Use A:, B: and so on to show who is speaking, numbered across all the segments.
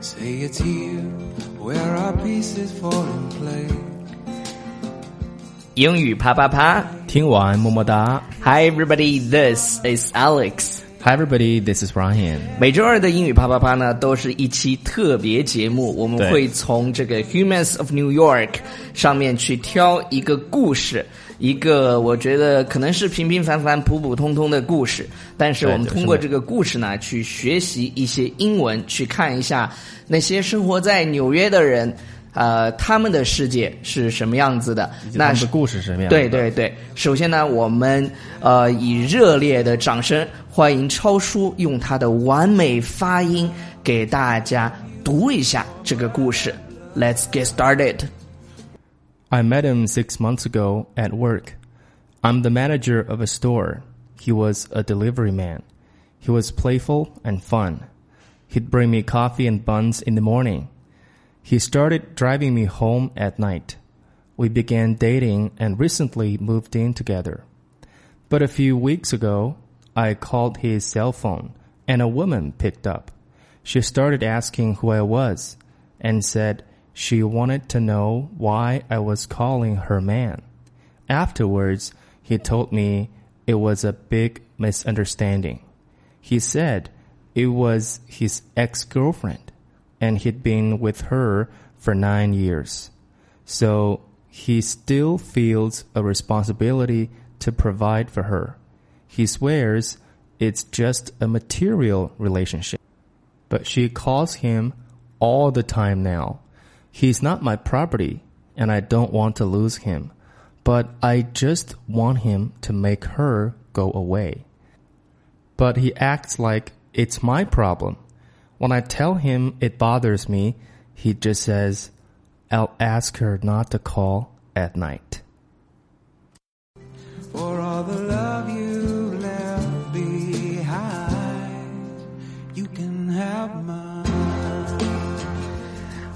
A: Say a tear where our pieces fall in place.
B: 英语啪啪啪
C: 听完么么哒。
B: ！Hi everybody, this is Alex。
C: Hi everybody, this is Ryan。
B: 每周二的英语啪啪啪呢，都是一期特别节目，我们
C: 对
B: 会从这个《Humans of New York》上面去挑一个故事，一个我觉得可能是平平凡凡、普普通通的故事，但是
C: 对
B: 我们
C: 就是
B: 通过
C: 那
B: 这个故事呢，去学习一些英文，去看一下那些生活在纽约的人。呃，他们的世界是什么样子的？
C: 他
B: 那
C: 们
B: 是
C: 的故事是什么样的？
B: 对对对，首先呢，我们呃以热烈的掌声欢迎超叔用他的完美发音给大家读一下这个故事。Let's get started。
C: I met him six months ago at work. I'm the manager of a store. He was a delivery man. He was playful and fun. He'd bring me coffee and buns in the morning. He started driving me home at night. We began dating and recently moved in together. But a few weeks ago, I called his cell phone and a woman picked up. She started asking who I was and said she wanted to know why I was calling her man. Afterwards, he told me it was a big misunderstanding. He said it was his ex-girlfriend and he'd been with her for nine years. So he still feels a responsibility to provide for her. He swears it's just a material relationship. But she calls him all the time now. He's not my property and I don't want to lose him, but I just want him to make her go away but he acts like it's my problem. When I tell him it bothers me, he just says, I'll ask her not to call at night.
A: For all the love you left behind, you can have mine.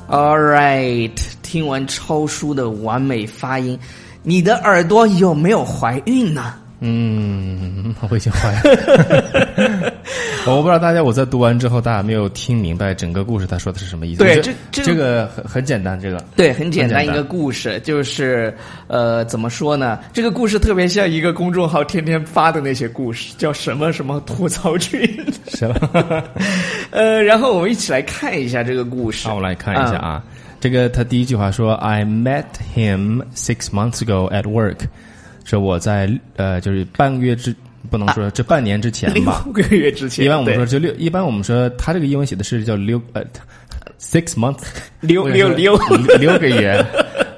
B: All right，听完超叔的完美发音，你的耳朵有没有怀孕呢？
C: 嗯，我已经 坏了。我不知道大家，我在读完之后，大家有没有听明白整个故事他说的是什么意思？
B: 对
C: 我觉得
B: 这这
C: 这个很很简单，这个
B: 对，很简单
C: 很
B: 一
C: 简单
B: 个故事，就是呃，怎么说呢？这个故事特别像一个公众号天天发的那些故事，叫什么什么吐槽群。
C: 是 吧？
B: 呃，然后我们一起来看一下这个故事。
C: 好，我来看一下啊。这个他第一句话说：“I met him six months ago at work。”说我在呃，就是半个月之不能说这半年之前
B: 嗯，六
C: 吧。
B: 个月之前，
C: 一般我们
B: 对
C: 说就六，一般我们说他这个英文写的是叫六呃，six months，
B: 六六
C: 六嗯六个 月，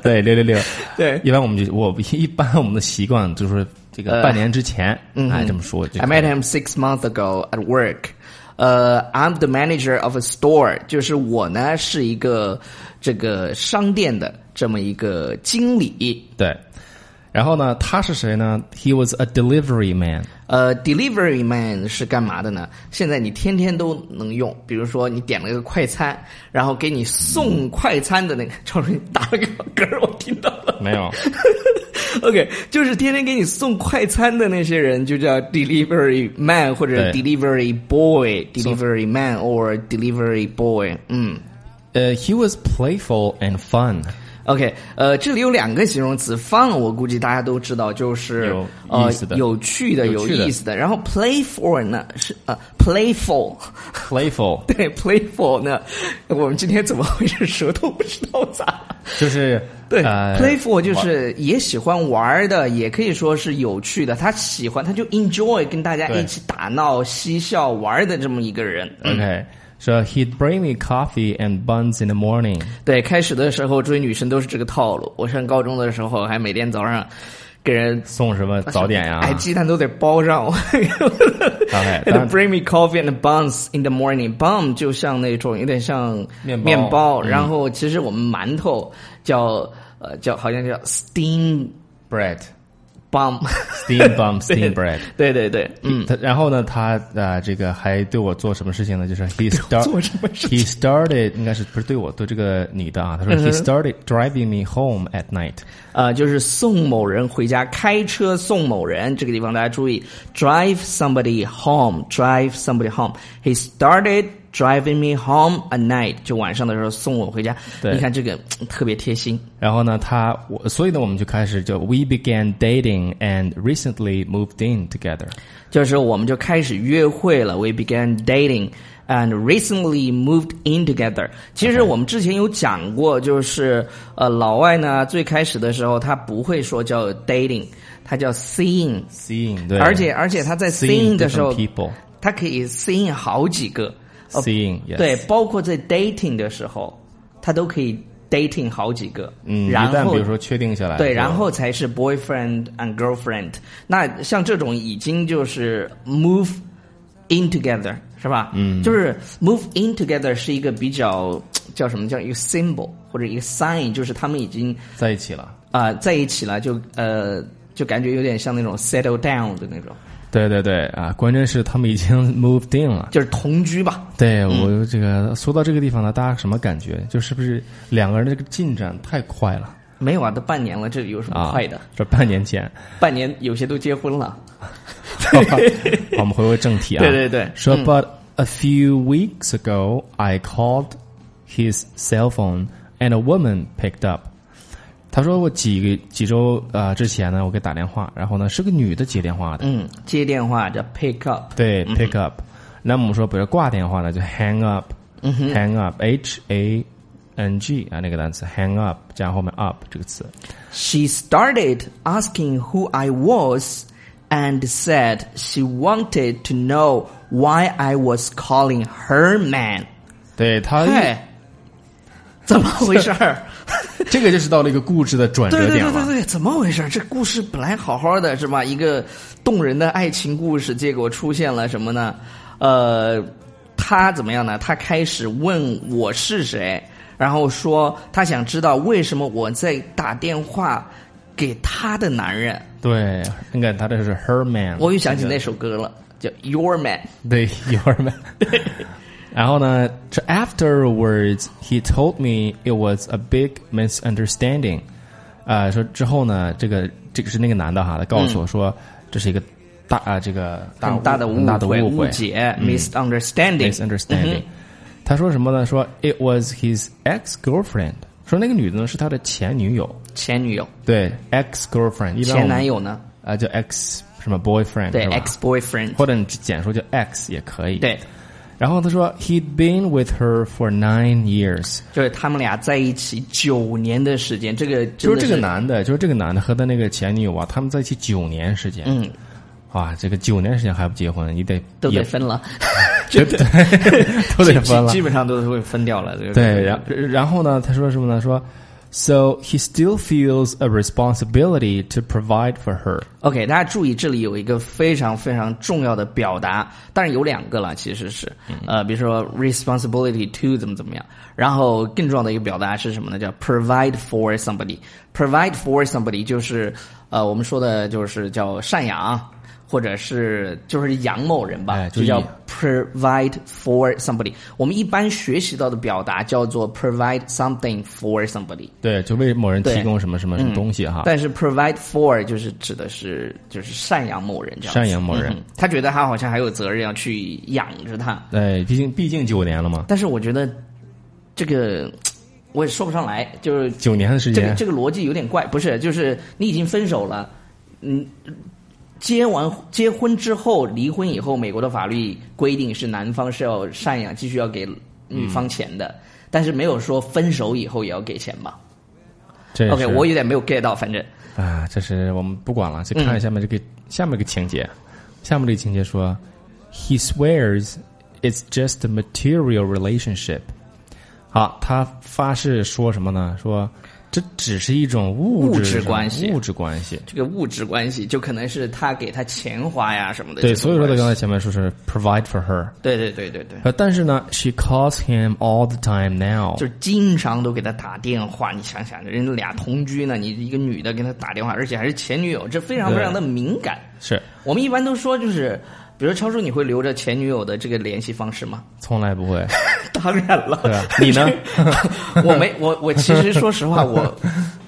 C: 对六六六。
B: 对
C: 一般我们就我一般我们的习惯就是这个半年之前，哎这么说就可以。
B: I met him six months ago at work. 呃、i m the manager of a store，就是我呢是一个这个商店的这么一个经理。
C: 对。然后呢，他是谁呢？He was a delivery man。
B: 呃，delivery man 是干嘛的呢？现在你天天都能用，比如说你点了个快餐，然后给你送快餐的那个， 超叔你打了个嗝儿，我听到了。
C: 没有。
B: OK，就是天天给你送快餐的那些人，就叫 delivery man 或者
C: 对
B: delivery boy、delivery man or delivery boy。嗯
C: 呃、h e was playful and fun。
B: ，OK，呃，这里有两个形容词，fun 我估计大家都知道，就是
C: 有
B: 呃
C: 意思的
B: 有趣的、有
C: 有趣的
B: 意思的。然后 playful 呢是呃 playful，
C: playful
B: 对 playful 呢，我们今天怎么回事？舌头不知道咋了。
C: 就是
B: 对、
C: 呃
B: p l a y f u l 就是也喜欢玩儿的，也可以说是有趣的。他喜欢，他就 enjoy 跟大家
C: 对
B: 一起打闹、嬉笑、玩儿的这么一个人。
C: OK。说 He'd bring me coffee and buns in the morning。
B: 对，开始的时候追女生都是这个套路。我上高中的时候还每天早上给人
C: 送什么早点啊呀、
B: 哎，鸡蛋都得包上 我。
C: 哎
B: And
C: 当然
B: bring me coffee and buns in the morning. Bun 就像那种有点像
C: 面包嗯
B: 面包，然后其实我们馒头叫呃叫好像叫 steam
C: bread,
B: bun。
C: steam bun, steam bread。
B: 对对对，嗯，
C: 他然后呢，他呃，这个还对我做什么事情呢？就是 he start
B: 做什么事嗯
C: he started 应该是不是对我对这个女的啊？他说 he started driving me home at night。
B: 呃，就是送某人回家，开车送某人，这个地方大家注意，drive somebody home，drive somebody home。He started driving me home at night，就晚上的时候送我回家。
C: 对
B: 你看这个嘖特别贴心。
C: 然后呢，他我所以呢，我们就开始就 we began dating and recently moved in together。
B: 就是我们就开始约会了。We began dating and recently moved in together。其实我们之前有讲过，就是呃，老外呢最开始的时候他不会说叫 dating，他叫 seeing，
C: Seeing，对，
B: 而且而且他在
C: seeing
B: seeing 的时候
C: different，people
B: 他可以 seeing 好几个，呃
C: seeing yes
B: 对，包括在 dating 的时候，他都可以 dating 好几个。
C: 嗯，一
B: 然
C: 旦
B: 后
C: 比如说确定下来，
B: 对，
C: 就
B: 然后才是 boyfriend and girlfriend。那像这种已经就是 move in together 是吧？嗯，就是 move in together 是一个比较叫什么叫一个 symbol 或者一个 sign，就是他们已经
C: 在一起了。
B: 啊、呃在一起了，就呃就感觉有点像那种 settle down 的那种，
C: 对对对啊，关键是他们已经 moved in 了。
B: 就是同居吧。
C: 对我
B: 嗯
C: 这个说到这个地方呢，大家什么感觉？就是不是两个人的这个进展太快了
B: 没有啊，都半年了，这有什么嗯
C: 啊？
B: 快的？
C: 这半 年前，
B: 半年有些都结婚了。
C: 好吧我们回归正题啊。
B: 对嗯对对
C: 说 But a few weeks ago, I called his cell phone and a woman picked up。他说我几个几周呃之前呢，我给打电话，然后呢是个女的接电话的，
B: 嗯，接电话叫 pick up。
C: 对，pick up。那么我们说，比如挂电话呢，就 hang
B: 嗯
C: up，hang up，h a n g 啊，那个单词 hang up 加后面 up 这个词。
B: She started asking who I was and said she wanted to know why I was calling her man.
C: 对他，
B: 哎，怎么回事儿？
C: 这个就是到了一个故事的转
B: 对
C: 折
B: 对
C: 点
B: 对对
C: 了。
B: 对，怎么回事儿？这故事本来好好的是吧？一个动人的爱情故事，结果出现了什么呢？呃，他怎么样呢？他开始问我是谁，然后说他想知道为什么我在打电话给他的男人。
C: 对，你看他这是 her man，
B: 我又想起那首歌了，叫《Your Man》。
C: 对 your man。然后呢这，afterwards he told me it was a big misunderstanding。啊，说之后呢，这个这个是那个男的哈，他告诉我说这是一个大啊，这个大
B: 嗯很大的
C: 误很大的
B: 会、
C: 误
B: 误
C: 会嗯
B: 解、misunderstanding、嗯
C: misunderstanding。他嗯说什么呢？说 it was his ex girlfriend。说那个女的呢是他的前女友，
B: 前女友、
C: 对 ex girlfriend，一般我们
B: 前男友呢？
C: 啊叫 ex 什么 boyfriend
B: 对
C: 是吧
B: ，ex boyfriend。
C: 或者你简说叫 ex 也可以。
B: 对，
C: 然后他说 he'd been with her for nine years，
B: 就是他们俩在一起九年的时间，这个真
C: 就
B: 的
C: 是
B: 是
C: 这个，男的，就是这个男的和他那个前女友啊，他们在一起九年时间。
B: 嗯，
C: 哇，这个九年时间还不结婚，你得
B: 都
C: 也
B: 得分 了，
C: 对对，都得分 了
B: 基基。本上都是会分掉了。这个
C: 对，然然后呢，他说什么呢？说，so he still feels a responsibility to provide for her。
B: OK，大家注意，这里有一个非常非常重要的表达，当然有两个了，其实是
C: 嗯
B: 呃，比如说 responsibility to 怎么怎么样，然后更重要的一个表达是什么呢？叫 provide for somebody。provide for somebody 就是呃，我们说的就是叫赡养，或者是就是养某人吧，
C: 哎
B: 就
C: 注意
B: 叫 provide for somebody。我们一般学习到的表达叫做 provide something for somebody。
C: 对，就为某人
B: 对
C: 提供什么什么什么东西哈。
B: 但是 provide for 就是指的是就是赡养某人这样子，
C: 赡养某人
B: 嗯他觉得他好像还有责任要去养着他，
C: 对，哎毕竟毕竟九年了嘛，
B: 但是我觉得这个我也说不上来，就是
C: 九年的时
B: 这个
C: 间
B: 这，个逻辑有点怪，不是？就是你已经分手了，嗯，结完结婚之后离婚以后，美国的法律规定是男方是要赡养，继续要给女方钱的，
C: 嗯
B: 但是没有说分手以后也要给钱吧
C: 这
B: ？OK，
C: 是
B: 我有点没有 get 到，反正。
C: 啊，这是我们不管了，去看下面这个下面这个情节。下面这个情节说，He swears it's just a material relationship。好，他发誓说什么呢？说这只是一种物
B: 物质
C: 质上
B: 关系
C: 物质关系。
B: 这个物质关系，就可能是他给他钱花呀什么的。
C: 对，
B: 这种
C: 所以说他刚才
B: 关系
C: 前面说是 provide for her，
B: 对对对对对，
C: 呃，但是呢，she calls him all the time now，
B: 就是经常都给他打电话。你想想，人家俩同居呢，你一个女的给他打电话，而且还是前女友，这非常
C: 对
B: 非常的敏感。
C: 是
B: 我们一般都说就是，比如超叔，你会留着前女友的这个联系方式吗？
C: 从来不会，
B: 当然了，
C: 对啊，你呢？
B: 我没我我其实说实话，我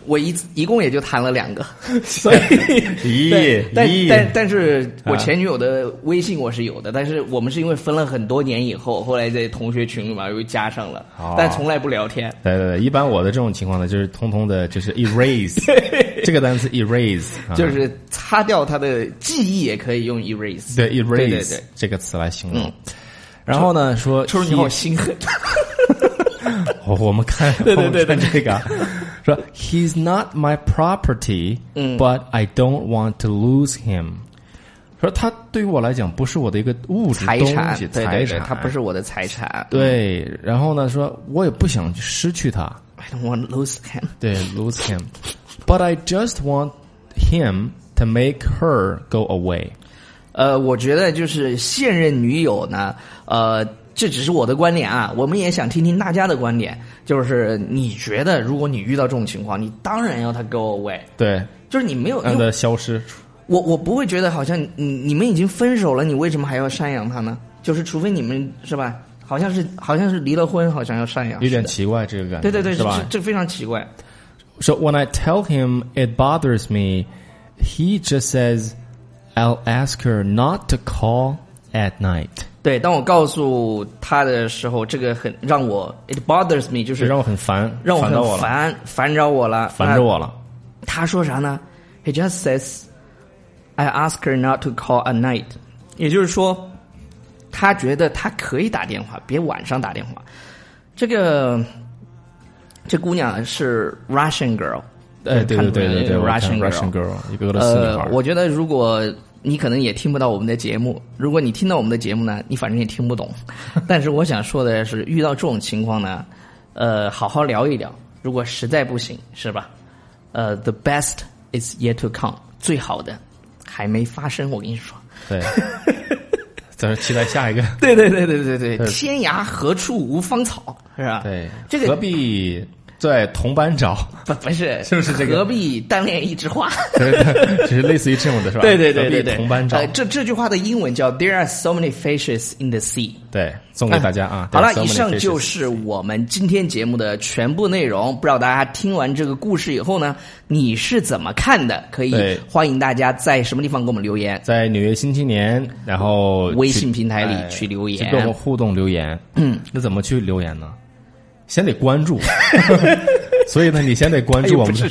B: 我一次一共也就谈了两个，所以对
C: 咦
B: 但
C: 咦
B: 但但是我
C: 啊
B: 前女友的微信我是有的，但是我们是因为分了很多年以后，后来在同学群里面又加上了
C: 哦，
B: 但从来不聊天。
C: 对对对，一般我的这种情况呢，就是通通的，就是 erase 这个单词 erase，啊、
B: 就是擦掉他的记忆，也可以用 erase。
C: 对 erase
B: 对嗯对对
C: 这个词来形容。然后呢，说
B: 秋儿你
C: he-
B: 好心狠，
C: 我我们看，
B: 对对对对
C: 我们看这个啊，说 He's not my property，but
B: 嗯
C: I don't want to lose him。说他对于我来讲不是我的一个物质
B: 财
C: 东
B: 产，
C: 西，
B: 对
C: 财
B: 对对，
C: 产，
B: 他不是我的财产。
C: 对。然后呢，说我也不想去失去他，
B: I don't want to lose him。
C: 对，lose him。But I just want him to make her go away。
B: 呃，我觉得就是现任女友呢，呃，这只是我的观点啊，我们也想听听大家的观点。就是你觉得，如果你遇到这种情况，你当然要他 go away，
C: 嗯对，
B: 就是你没有，
C: 让
B: 因为
C: 他消失。
B: 我我不会觉得好像你你们已经分手了，你为什么还要赡养他呢？就是除非你们是吧？好像是好像是离了婚，好像要赡养，
C: 有点
B: 是的
C: 奇怪，这个感觉，
B: 对对对，
C: 是
B: 这
C: 吧？
B: 这这非常奇怪。
C: So when I tell him it bothers me, he just says, I'll ask her not to call at night.
B: 对，当我告诉他的时候，这个很让我 it bothers me，就
C: 这
B: 是
C: 让我很烦，
B: 让我
C: 烦到我
B: 很
C: 了，
B: 烦，烦扰我了，
C: 烦着我了。
B: 那。他说啥呢？He just says, "I ask her not to call at night." 也就是说，他觉得他可以打电话，别晚上打电话。这个这姑娘是 Russian girl，
C: 哎，对对对对对我看
B: ，Russian
C: Russian girl，一个俄罗斯女孩
B: 呃，。我觉得如果你可能也听不到我们的节目，如果你听到我们的节目呢，你反正也听不 懂。但是我想说的是，遇到这种情况呢，呃，好好聊一聊。如果实在不行，是吧？呃，the best is yet to come，最好的还没发生。我跟你说，
C: 对，咱们期待下一个。
B: 对对对对对对，
C: 对
B: 天涯何处无芳草，是吧？
C: 对，
B: 这个
C: 何必在同班找？
B: 不不是，
C: 是不是这个
B: 何必单恋一枝花？
C: 对对对就是类似于这种的是 吧？
B: 对对对对
C: 何
B: 对，
C: 必同班找
B: 呃，。这这句话的英文叫 "There are so many fishes in the sea"。
C: 对，送给大家啊。
B: 哎好了
C: There，are so
B: 以
C: many
B: 上
C: fishes
B: 就是我们今天节目的全部内容。不知道大家听完这个故事以后呢，你是怎么看的？可以
C: 对
B: 欢迎大家在什么地方给我们留言？
C: 在《纽约新青年》，然后
B: 微
C: 去
B: 信平台里
C: 哎
B: 去留言
C: 去跟我们互动留言。嗯，那怎么去留言呢？先得关注，所以呢，你先得关注我们的，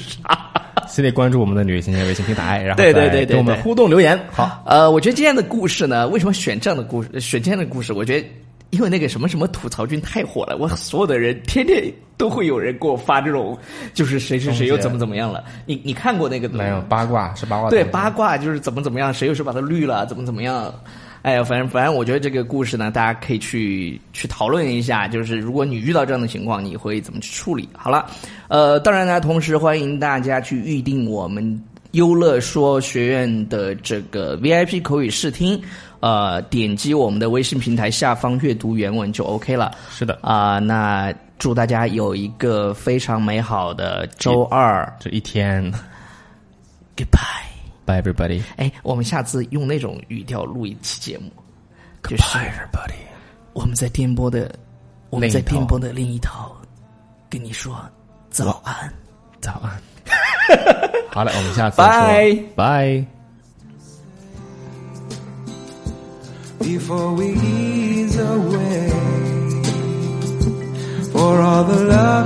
C: 先得关注我们的《纽约新青年》微信平台，然 后
B: 对对
C: 再
B: 对对
C: 啊跟我们
B: 对
C: 互动留言。好，
B: 呃，我觉得今天的故事呢，为什么选这样的故事？选这样的故事，我觉得因为那个什么什么吐槽君太火了，我所有的人天天都会有人给我发这种，就是谁谁谁又怎么怎么样了。你你看过那个
C: 没有八卦是八卦，
B: 对八卦就是怎么怎么样，谁又是把他绿了，怎么怎么样。哎呀，反正反正，我觉得这个故事呢，大家可以去去讨论一下，就是如果你遇到这样的情况，你会怎么去处理？好了，呃，当然呢，同时欢迎大家去预定我们优乐说学院的这个 VIP 口语试听，呃，点击我们的微信平台下方阅读原文就 OK 了。
C: 是的，
B: 啊、那祝大家有一个非常美好的周二
C: 这一天
B: ，Goodbye。
C: ，Bye everybody，Bye
B: 哎，我们下次用那种语调录一期节目，就是
C: everybody，
B: 我们在电波的，我们在
C: 另一头
B: 电波的另一头，跟你说早安。
C: 早安。好嘞，我们下次再说，拜。
A: before we ease away. For all the love.